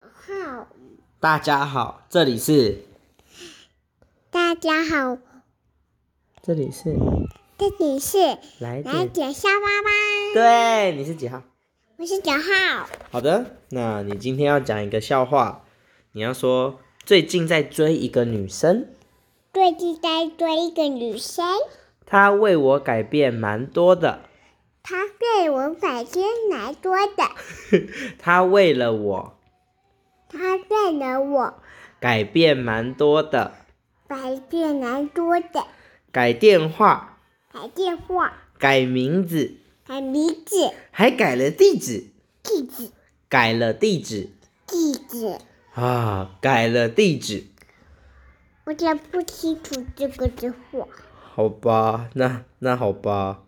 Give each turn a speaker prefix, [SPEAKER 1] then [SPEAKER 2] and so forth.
[SPEAKER 1] 好，
[SPEAKER 2] 大家好，这里是
[SPEAKER 1] 大家好，
[SPEAKER 2] 这里是
[SPEAKER 1] 这里是
[SPEAKER 2] 来
[SPEAKER 1] 来
[SPEAKER 2] 电，
[SPEAKER 1] 点沙巴吧，
[SPEAKER 2] 对，你是几号？
[SPEAKER 1] 我是九号，
[SPEAKER 2] 好的，那你今天要讲一个笑话，你要说最近在追一个女生，
[SPEAKER 1] 最近在追一个女生，
[SPEAKER 2] 她为我改变蛮多的，
[SPEAKER 1] 她对我改变蛮多的，
[SPEAKER 2] 她为了我
[SPEAKER 1] 她对了我
[SPEAKER 2] 改变蛮多的，
[SPEAKER 1] 改变蛮多的，
[SPEAKER 2] 改电话，
[SPEAKER 1] 改电话，
[SPEAKER 2] 改名字，
[SPEAKER 1] 改名字，
[SPEAKER 2] 还改了地址，
[SPEAKER 1] 地址，
[SPEAKER 2] 改了地址
[SPEAKER 1] 地址，
[SPEAKER 2] 啊，改了地址。
[SPEAKER 1] 我讲不清楚这个字话，
[SPEAKER 2] 好吧，那那好吧，